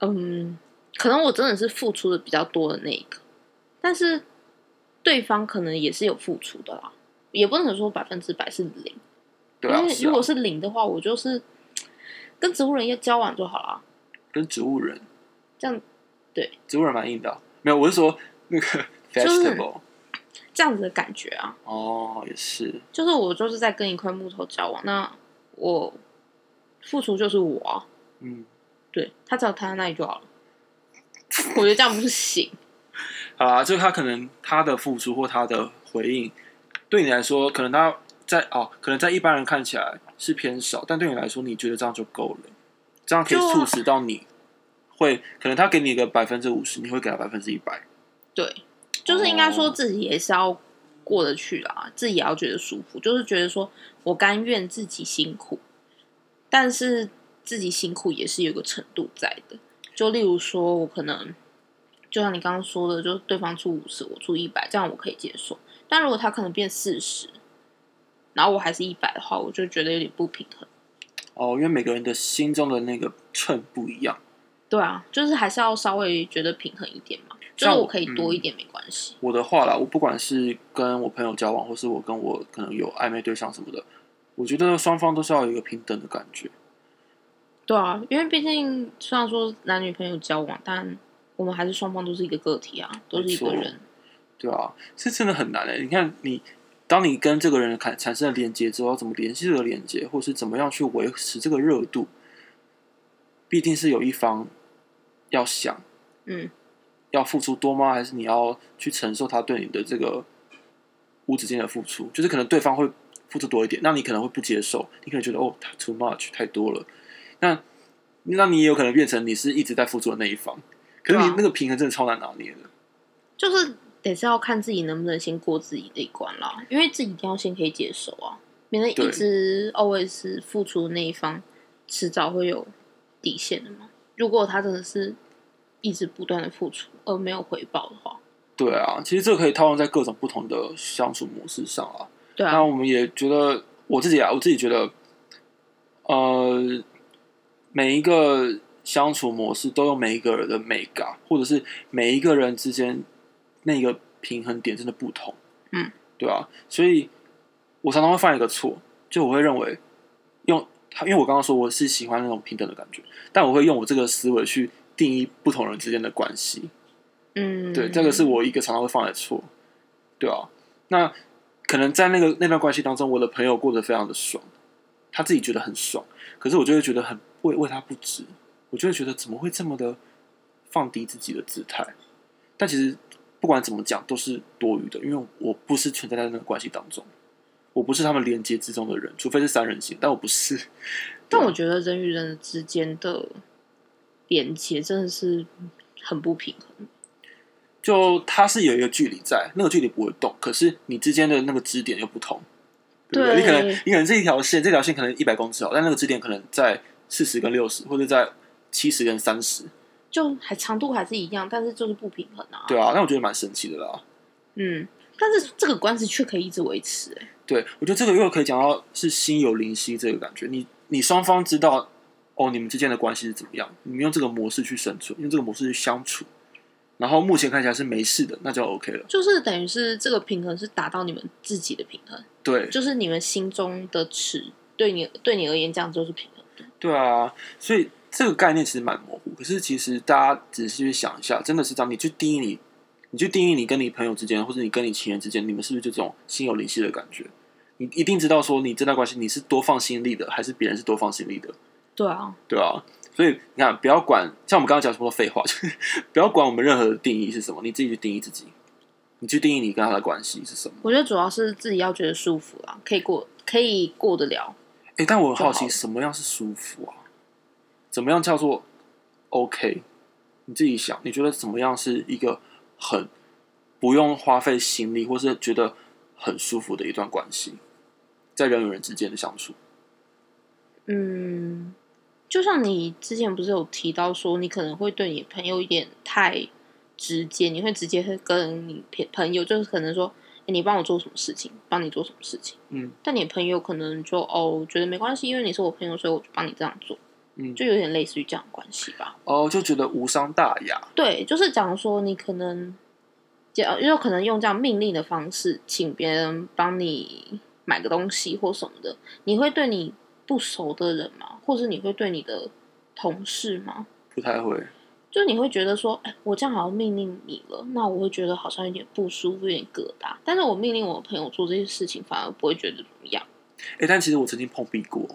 S2: 嗯，可能我真的是付出的比较多的那一个，但是对方可能也是有付出的啦，也不能说百分之百是零。
S1: 对啊
S2: 因，为
S1: 是
S2: 如
S1: 啊
S2: 果是零的话，我就是跟植物人要交往就好了。
S1: 跟植物人，
S2: 这样对，
S1: 植物人蛮硬的啊、没有，我是说那个
S2: 是
S1: vegetable。
S2: 这样子的感觉啊，
S1: 哦，也是，
S2: 就是我就是在跟一块木头交往，那我付出就是我啊、
S1: 嗯，
S2: 对他只要躺在那里就好了。 我觉得这样不行，
S1: 好啦，就是他可能他的付出或他的回应，对你来说，可能他在哦，可能在一般人看起来是偏少，但对你来说，你觉得这样就够了，这样可以
S2: 就
S1: 促使到你会，可能他给你一个百分之五十，你会给他百分之一百，
S2: 对，就是应该
S1: 哦
S2: 说自己也是要过得去啦，自己也要觉得舒服，就是觉得说我甘愿自己辛苦，但是自己辛苦也是有个程度在的。就例如说，我可能就像你刚刚说的，就是对方出五十，我出一百，这样我可以接受。但如果他可能变四十，然后我还是一百的话，我就觉得有点不平衡。
S1: 哦，因为每个人的心中的那个秤不一样。
S2: 对啊，就是还是要稍微觉得平衡一点嘛，就
S1: 像
S2: 是
S1: 我嗯
S2: 我可以多一点没关系。
S1: 我的话啦，我不管是跟我朋友交往，或是我跟我可能有暧昧对象什么的，我觉得双方都是要有一个平等的感觉。
S2: 对啊，因为毕竟虽然说男女朋友交往，但我们还是双方都是一个个体啊，都是一个
S1: 没
S2: 人。
S1: 对啊，这真的很难欸诶。你看你，当你跟这个人产产生了连接之后，要怎么联系这个连接，或是怎么样去维持这个热度，必定是有一方要想
S2: 嗯，
S1: 要付出多吗？还是你要去承受他对你的这个无止境的付出？就是可能对方会付出多一点，那你可能会不接受，你可能觉得哦，他 too much 太多了。那那你也有可能变成你是一直在付出的那一方，可是你
S2: 对啊
S1: 那个平衡真的超难拿捏的。
S2: 就是得是要看自己能不能先过自己这一关啦，因为自己一定要先可以接受啊，免得
S1: 对
S2: 一直 always 付出的那一方，迟早会有底线的嘛。如果他真的是一直不断的付出而没有回报的话，
S1: 对啊，其实这个可以套用在各种不同的相处模式上啊。
S2: 对啊，
S1: 那我们也觉得，我自己啊，我自己觉得，呃，每一个相处模式都有每一个人的美感，或者是每一个人之间那个平衡点真的不同。
S2: 嗯，
S1: 对啊，所以我常常会犯一个错，就我会认为用，因为我刚刚说我是喜欢那种平等的感觉，但我会用我这个思维去定义不同人之间的关系。
S2: 嗯，
S1: 对，这个是我一个常常会犯的错，对啊。那可能在那个那段关系当中，我的朋友过得非常的爽，他自己觉得很爽，可是我就会觉得很为为他不值，我就会觉得怎么会这么的放低自己的姿态。但其实不管怎么讲都是多余的，因为我不是存在在那个关系当中，我不是他们连接之中的人，除非是三人行，但我不是。
S2: 但我觉得人与人之间的连接真的是很不平衡。
S1: 就它是有一个距离在，那个距离不会动，可是你之间的那个支点又不同，对不对？
S2: 对
S1: 你可能你可能这一条线，这条线可能一百公尺哦好，但那个支点可能在四十跟六十，或者在七十跟三十，
S2: 就还长度还是一样，但是就是不平衡啊。
S1: 对啊，那我觉得蛮神奇的啦。
S2: 嗯，但是这个关系却可以一直维持、欸，
S1: 对，我觉得这个又可以讲到是心有灵犀这个感觉，你你双方知道哦，你们之间的关系是怎么样，你们用这个模式去生存，用这个模式去相处，然后目前看起来是没事的，那就 OK 了。
S2: 就是等于是这个平衡是达到你们自己的平衡，
S1: 对，
S2: 就是你们心中的尺，对你对你而言这样就是平衡的。
S1: 对啊，所以这个概念其实蛮模糊。可是其实大家仔细去想一下，真的是这样。你去定义你，你去定义你跟你朋友之间，或者你跟你情人之间，你们是不是就这种心有灵犀的感觉？你一定知道说，你这段关系你是多放心力的，还是别人是多放心力的，
S2: 对啊，
S1: 对啊。所以你看，不要管像我们刚刚讲什么废话， 就是不要管我们任何的定义是什么，你自己去定义自己，你去定义你跟他的关系是什么。
S2: 我觉得主要是自己要觉得舒服啊，可以过可以过得了。
S1: 哎、但我很好
S2: 就好
S1: 奇，
S2: 了
S1: 什么样是舒服啊？怎么样叫做 OK？你自己想，你觉得怎么样是一个很不用花费心力，或是觉得很舒服的一段关系，在人与人之间的相处？
S2: 嗯，就像你之前不是有提到说，你可能会对你朋友一点太直接，你会直接跟你朋朋友就是可能说，欸你帮我做什么事情，帮你做什么事情。
S1: 嗯
S2: 但你朋友可能就哦，觉得没关系，因为你是我朋友，所以我就帮你这样做，
S1: 嗯，
S2: 就有点类似于这样的关系吧。
S1: 哦，就觉得无伤大雅。
S2: 对，就是讲说你可能，讲有可能用这样命令的方式，请别人帮你买个东西或什么的，你会对你不熟的人吗？或是你会对你的同事吗？
S1: 不太会，
S2: 就你会觉得说，哎、我这样好像命令你了，那我会觉得好像有点不舒服，有点疙瘩。但是我命令我朋友做这些事情，反而不会觉得怎么样。
S1: 哎、但其实我曾经碰壁过，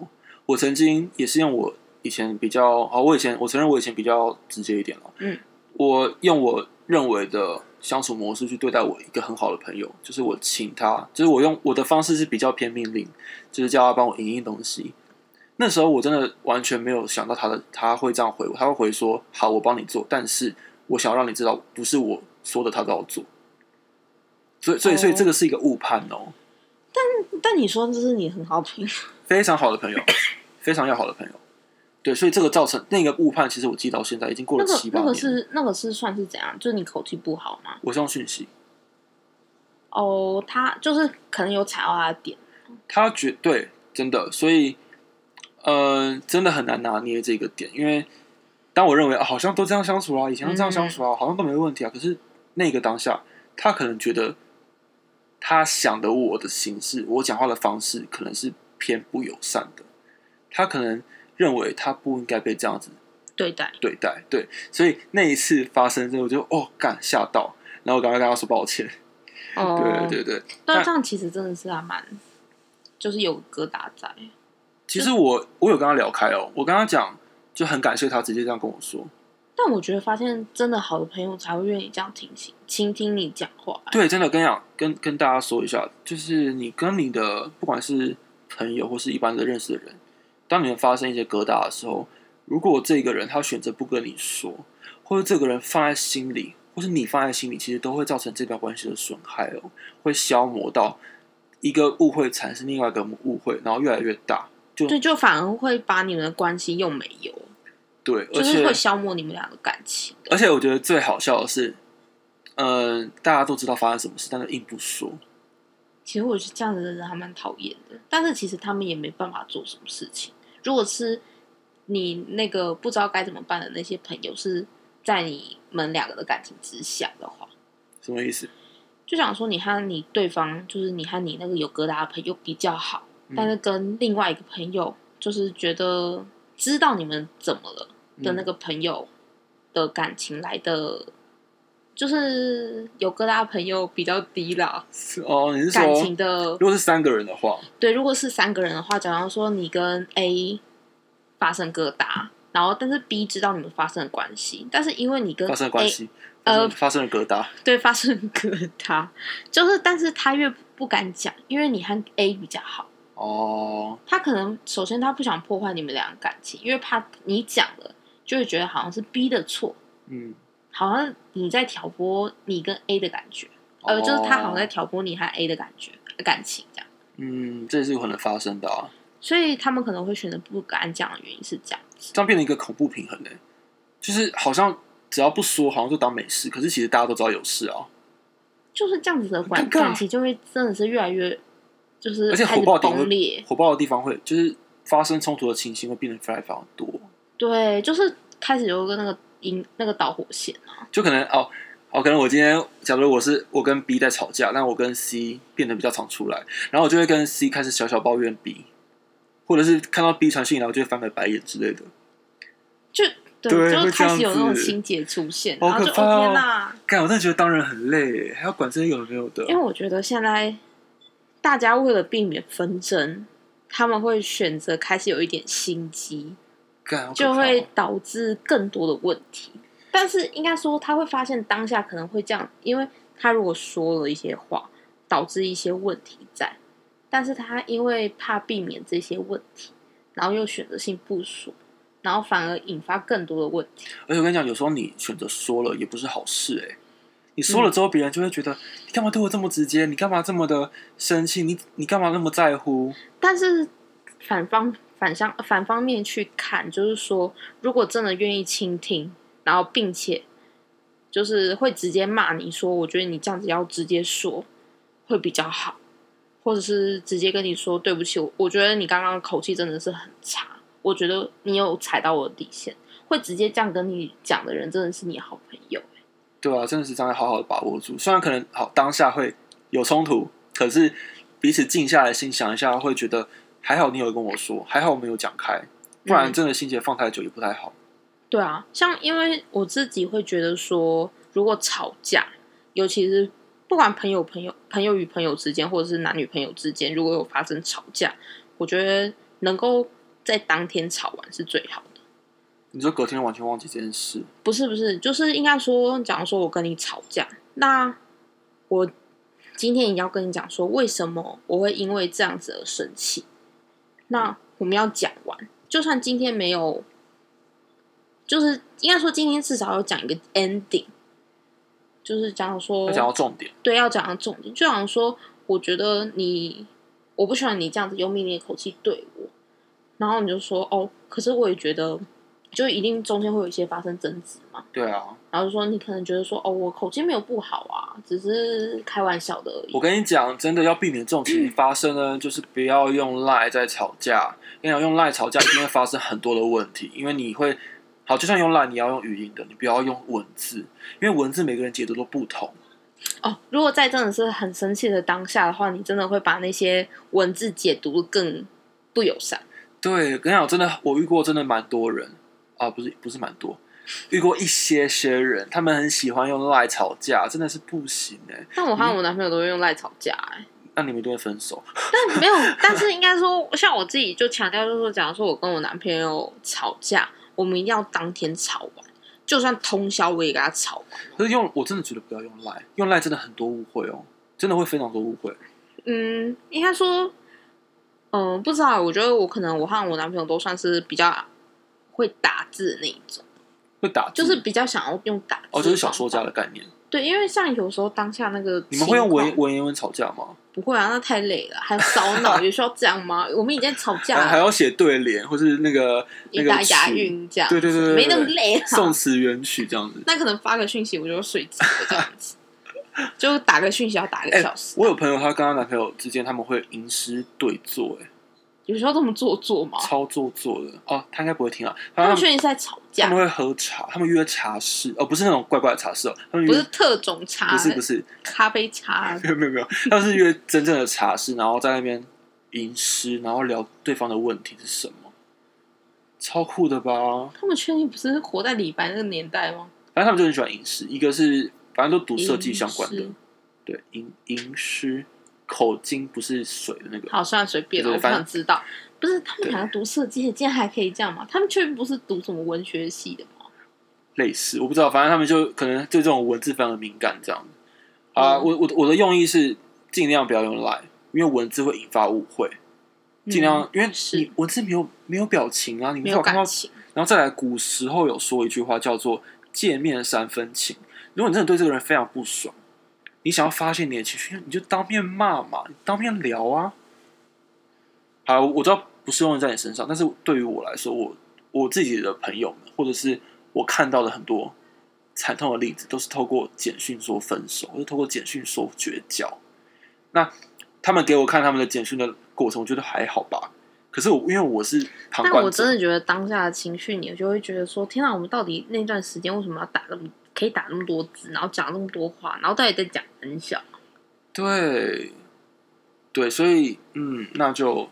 S1: 我曾经也是用我以前比较，哦，我以前我承认我以前比较直接一点了，
S2: 嗯，
S1: 我用我认为的相处模式去对待我一个很好的朋友，就是我请他，就是我用我的方式是比较偏命令，就是叫他帮我赢赢东西。那时候我真的完全没有想到他的他会这样回我，他会回说好，我帮你做，但是我想要让你知道，不是我说的他都要做。所以，所以，所以
S2: 哦
S1: 这个是一个误判哦。
S2: 但你说这是你很好评，
S1: 非常好的 朋友，非常要好的朋友。对，所以这个造成那个误判，其实我记到现在已经过
S2: 那
S1: 了
S2: 个
S1: 七八
S2: 那
S1: 年。
S2: 个是那个是算是怎样？就是你口气不好吗？
S1: 我是用讯息，
S2: 哦，他就是可能有踩到他的点，
S1: 他觉对真的，所以呃，真的很难拿捏这个点，因为当我认为、啊、好像都这样相处啊，以前都这样相处
S2: 嗯
S1: 啊，好像都没问题啊，可是那个当下，他可能觉得他想的我的形式，我讲话的方式可能是偏不友善的，他可能认为他不应该被这样子
S2: 对待。
S1: 对待，对，所以那一次发生之后，我就哦，干吓到，然后我赶快跟他说抱歉，
S2: 哦，
S1: 对对对。
S2: 那
S1: 但
S2: 这样其实真的是还蛮，就是有疙瘩在。
S1: 其实我我有跟他聊开哦，我跟他讲，就很感谢他直接这样跟我说，
S2: 但我觉得发现真的好的朋友才会愿意这样听心倾听你讲话。
S1: 对，真的跟你讲，跟跟大家说一下，就是你跟你的不管是朋友或是一般的认识的人，当你们发生一些疙瘩的时候，如果这个人他选择不跟你说，或者这个人放在心里，或是你放在心里，其实都会造成这段关系的损害哦，会消磨到一个误会产生另外一个误会，然后越来越大。
S2: 对，就反而会把你们的关系又没有，
S1: 对，而
S2: 就是
S1: 且
S2: 会消磨你们俩的感情的。
S1: 而且我觉得最好笑的是，嗯、大家都知道发生什么事，但是硬不说。
S2: 其实我觉得这样子的人还蛮讨厌的，但是其实他们也没办法做什么事情。如果是你那个不知道该怎么办的那些朋友是在你们两个的感情之下的话，
S1: 什么意思？
S2: 就想说你和你对方，就是你和你那个有疙瘩的朋友比较好，
S1: 嗯
S2: 但是跟另外一个朋友，就是觉得知道你们怎么了的
S1: 嗯
S2: 那个朋友的感情来的，就是有疙瘩的朋友比较低啦，
S1: 是哦，你是说
S2: 感情的
S1: 如果是三个人的话，
S2: 对，如果是三个人的话，假如说你跟 A 发生疙瘩，然后但是 B 知道你们发生了关系，但是因为你跟
S1: 发生了
S2: A-
S1: 关系，
S2: 呃
S1: 发生了疙瘩，
S2: 对，发生疙瘩，就是，但是他越不敢讲，因为你和 A 比较好，
S1: 哦，
S2: 他可能首先他不想破坏你们俩的感情，因为怕你讲了就会觉得好像是 B 的错，
S1: 嗯，
S2: 好像你在挑拨你跟 A 的感觉，呃，就是他好像在
S1: 哦，
S2: 挑拨你和 A 的感觉呃感情这样，
S1: 嗯，这也是有可能发生的啊，
S2: 所以他们可能会选择不敢讲的原因是这样子，
S1: 这样变成一个恐怖平衡呢、欸就是好像只要不说，好像就当没事，可是其实大家都知道有事啊，
S2: 就是这样子的
S1: 很
S2: 关
S1: 尴尬
S2: 感情就会真的是越来越就是
S1: 而且
S2: 开
S1: 火
S2: 始
S1: 爆点会
S2: 崩裂，
S1: 火爆的地方会就是发生冲突的情形会变得非常非常多，
S2: 对，就是开始有一个那个引那个导火线。
S1: 就可能哦。哦，可能我今天，假如我是我跟 B 在吵架，但我跟 C 变得比较常出来，然后我就会跟 C 开始小小抱怨 B，或者是看到 B 传讯，然后就会翻个白眼之类的。
S2: 就对，
S1: 对
S2: 就
S1: 会这
S2: 是开
S1: 样
S2: 始有那种
S1: 子
S2: 情节出现，
S1: 好
S2: 然后
S1: 可
S2: 就
S1: 怕
S2: 哦天
S1: 哦
S2: 哪！
S1: 干，我真的觉得当人很累，还要管这些有的没有的。
S2: 因为我觉得现在大家为了避免纷争，他们会选择开始有一点心机，
S1: 干，好可怕
S2: 就
S1: 哦
S2: 会导致更多的问题。但是应该说，他会发现当下可能会这样，因为他如果说了一些话，导致一些问题在，但是他因为怕避免这些问题，然后又选择性不说，然后反而引发更多的问题。
S1: 而且我跟你讲，有时候你选择说了也不是好事哎、你说
S2: 嗯
S1: 了之后，别人就会觉得、你干嘛对我这么直接？你干嘛这么的生气？你你干嘛那么在乎？
S2: 但是反方反向反方面去看，就是说，如果真的愿意倾听，然后并且就是会直接骂你说，我觉得你这样子要直接说会比较好，或者是直接跟你说对不起，我我觉得你刚刚的口气真的是很差，我觉得你有踩到我的底线，会直接这样跟你讲的人真的是你的好朋友。
S1: 对啊，真的是这样，好好的把握住。虽然可能好当下会有冲突，可是彼此静下来心想一下，会觉得还好你有跟我说，还好我没有讲开，不然
S2: 嗯
S1: 真的心结放太久也不太好。
S2: 对啊，像因为我自己会觉得说，如果吵架，尤其是不管朋友朋友、朋友与朋友之间，或者是男女朋友之间，如果有发生吵架，我觉得能够在当天吵完是最好的。
S1: 你说隔天完全忘记这件事，
S2: 不是不是，就是应该说，假如说我跟你吵架，那我今天也要跟你讲说，为什么我会因为这样子而生气。那我们要讲完，就算今天没有，就是应该说今天至少要讲一个 ending，就是假如说
S1: 要讲到重点。
S2: 对，要讲到重点，就好像说，我觉得你，我不喜欢你这样子用命令的口气对我，然后你就说哦，可是我也觉得，就一定中间会有一些发生争执嘛，
S1: 对啊，
S2: 然后就说你可能觉得说哦，我口气没有不好啊，只是开玩笑的而已
S1: 我。跟你讲，真的要避免这种情形发生呢，就是不要用赖在吵架。跟你讲，用赖吵架一定会发生很多的问题，因为你会好，就算用赖，你要用语音的，你不要用文字，因为文字每个人解读都不同。
S2: 哦，如果在真的是很生气的当下的话，你真的会把那些文字解读得更不友善。
S1: 对，跟你讲，真的，我遇过真的蛮多人啊，不是不是蛮多，遇过一些些人，他们很喜欢用赖吵架，真的是不行哎、
S2: 但我和我男朋友都会用赖吵架、欸，
S1: 那你们一定会分手。
S2: 但没有，但是应该说，像我自己就强调，就是说，假如说我跟我男朋友吵架，我们一定要当天吵完，就算通宵我也给他吵完。
S1: 可是用我真的觉得不要用赖，用赖真的很多误会哦，真的会非常多误会。
S2: 嗯，应该说，嗯、不知道，我觉得我可能我和我男朋友都算是比较会打字那一种，
S1: 会打字
S2: 就是比较想要用打字。
S1: 哦，就是小说家的。概念。
S2: 对，因为像有时候当下那个
S1: 你们会用
S2: 情况
S1: 文文言文吵架吗？
S2: 不会啊，那太累了，还要烧 脑，有需要这样吗？我们已经吵架
S1: 哎还还
S2: 了，
S1: 要写对联，或是那个那
S2: 一
S1: 个
S2: 打啊押
S1: 曲，
S2: 韵这样，
S1: 对对对对对
S2: 没那么累啊。
S1: 宋词元曲这样子。
S2: 那可能发个讯息我就睡着了，这样子，就打个讯息要打一个
S1: 哎
S2: 小时。
S1: 我有朋友，她跟她男朋友之间，他们会吟诗对坐，哎，
S2: 有时候这么做作嘛，
S1: 超做作的哦。他应该不会听啊，
S2: 哦他
S1: 反
S2: 们
S1: 正他
S2: 确
S1: 们
S2: 定是在吵
S1: 他
S2: 架
S1: 们，会喝茶，他们约茶室，哦，不是那种怪怪的茶室哦，他们约
S2: 不是特种茶，
S1: 不是不是
S2: 咖啡茶，啊
S1: 没有没有没有，他们是约真正的茶室，然后在那边吟诗，然后聊对方的问题是什么，超酷的吧？
S2: 他们确定不是活在李白那个年代吗？
S1: 反正他们就很喜欢吟诗，一个是反正都读设计相关的
S2: 吟诗，
S1: 对，吟吟诗，口经不是水的那个，
S2: 好，算了，随便了，
S1: 对
S2: 我不想
S1: 反
S2: 知道。不是他们两个读设计，竟然还可以这样吗？他们确实不是读什么文学系的吗？
S1: 类似，我不知道，反正他们就可能对这种文字非常的敏感，这样。啊、
S2: 嗯
S1: 我我的我的用意是尽量不要用 line，因为文字会引发误会，尽量、因为
S2: 嗯是
S1: 你文字没有没有表情啊，你
S2: 没
S1: 没
S2: 有
S1: 看到
S2: 感。情，
S1: 然后再来，古时候有说一句话叫做“见面三分情”，如果你真的对这个人非常不爽，你想要发泄你的情绪，你就当面骂嘛，你当面聊啊。好，我知道不适用在你身上，但是对于我来说，我我自己的朋友们，或者是我看到的很多惨痛的例子，都是透过简讯说分手，或者透过简讯说绝交。那他们给我看他们的简讯的过程，我觉得还好吧。可是我因为我是旁
S2: 但
S1: 观
S2: 我
S1: 者
S2: 真，的觉得当下的情绪，你就会觉得说：天啊，我们到底那段时间为什么要打那么可以打那么多字，然后讲那么多话，然后到底在讲很小？
S1: 对，对，所以嗯，那就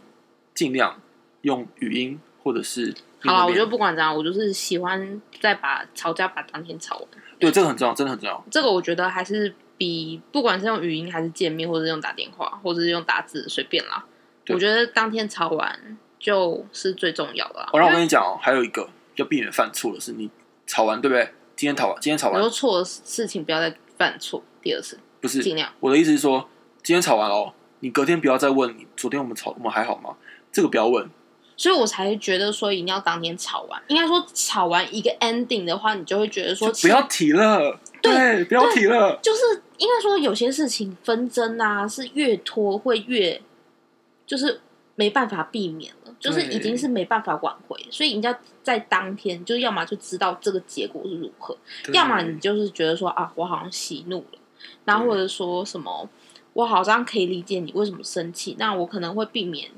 S1: 尽量用语音或者是
S2: 好啊了，我
S1: 面对
S2: 觉得
S1: 面
S2: 不管怎样，我就是喜欢再把吵架把当天吵完。
S1: 对这个很重要，真的很重要。
S2: 这个我觉得还是比不管是用语音还是见面，或者是用打电话，或者是用打字，随便啦。
S1: 对
S2: 我觉得当天吵完就是最重要的啦。
S1: 哦，让我
S2: 因
S1: 跟
S2: 为
S1: 你讲哦，还有一个要避免犯错的是，你吵完对不对？今天吵完，今天吵
S2: 有时
S1: 完
S2: 候错的事情不要再犯错，第二次
S1: 不是
S2: 尽量。
S1: 我的意思是说，今天吵完哦，你隔天不要再问你昨天我们吵我们还好吗？这个不要问，
S2: 所以我才觉得说一定要当天吵完。应该说吵完一个 ending 的话，你就会觉得说
S1: 就不要提了，
S2: 对
S1: 对，不要提了。
S2: 就是应该说有些事情纷争啊，是越拖会越就是没办法避免了，就是已经是没办法挽回，所以人家在当天就要么就知道这个结果是如何，
S1: 对
S2: 要么你就是觉得说啊，我好像喜怒了，然后或者说什么我好像可以理解你为什么生气，那我可能会避免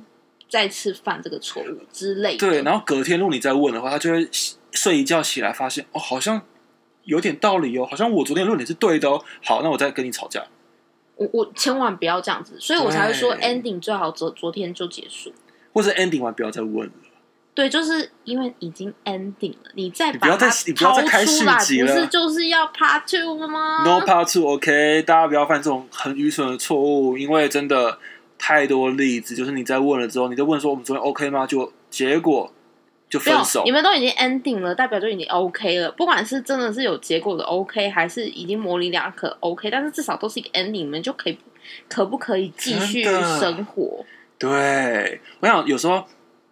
S2: 再次犯这个错误之类的。
S1: 对，然后隔天如果你再问的话，他就会洗睡一觉起来发现哦，好像有点道理哦，好像我昨天的论点是对的哦。好，那我再跟你吵架。
S2: 我我千万不要这样子，所以我才会说
S1: 对
S2: ending 最好昨昨天就结束。
S1: 或者 ending 完不要再问了，
S2: 对，就是因为已经 ending 了，你再
S1: 你
S2: 把
S1: 不要
S2: 它
S1: 再你不要
S2: 掏
S1: 再开
S2: 出
S1: 续
S2: 来，
S1: 集
S2: 不是
S1: 了
S2: 就是要 part two 了吗
S1: No part two，OK，、大家不要犯这种很愚蠢的错误，因为真的太多例子，就是你在问了之后，你就问说我们昨天 OK 吗？就结果就
S2: 没有
S1: 分手，
S2: 你，们都已经 ending 了，代表就已经 OK 了。不管是真的是有结果的 OK，还是已经模棱两可 OK，但是至少都是一个 ending，你们就可以可不可以继续
S1: 真的
S2: 生活？
S1: 对，我想有时候，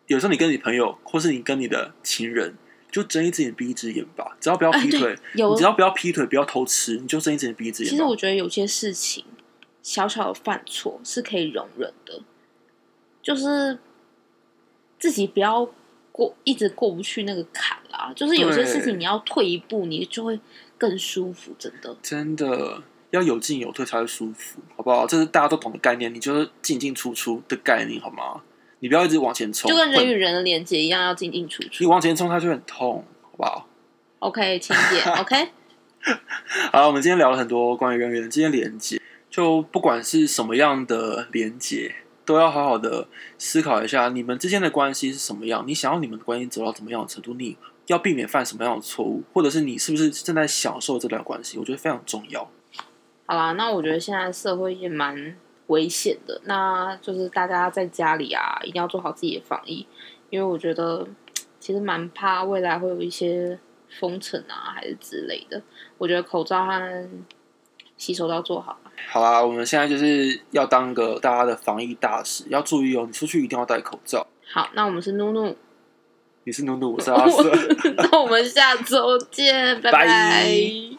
S1: 有时候你跟你朋友，或是你跟你的情人，就睁一只眼闭一只眼吧，只要不要
S2: 哎
S1: 劈
S2: 对
S1: 腿，
S2: 有
S1: 你只要不要劈腿，不要偷吃，你就睁一只眼闭一只眼吧。
S2: 其实我觉得有些事情小小的犯错是可以容忍的，就是自己不要过一直过不去那个坎啦。就是有些
S1: 对
S2: 事情你要退一步，你就会更舒服。真的，
S1: 真的要有进有退才会舒服，好不好？这是大家都懂的概念，你就是进进出出的概念，好吗？你不要一直往前冲，
S2: 就跟人
S1: 会
S2: 与人的连接一样，要进进出
S1: 你
S2: 出。
S1: 往前冲，它就会很痛，好不好？
S2: OK，请姐，OK，
S1: 好，我们今天聊了很多关于人与人之间的连接，就不管是什么样的连接，都要好好的思考一下，你们之间的关系是什么样，你想要你们的关系走到怎么样的程度，你要避免犯什么样的错误，或者是你是不是正在享受这段关系，我觉得非常重要。
S2: 好啦。那我觉得现在社会也蛮危险的，那就是大家在家里啊，一定要做好自己的防疫，因为我觉得其实蛮怕未来会有一些封城啊，还是之类的。我觉得口罩和洗手都要做好。
S1: 好啦，我们现在就是要当个大家的防疫大使，要注意哦，你出去一定要戴口罩。
S2: 好，那我们是努努，
S1: 你是努努，我是阿瑟。
S2: 那我们下周见，拜
S1: 拜
S2: 拜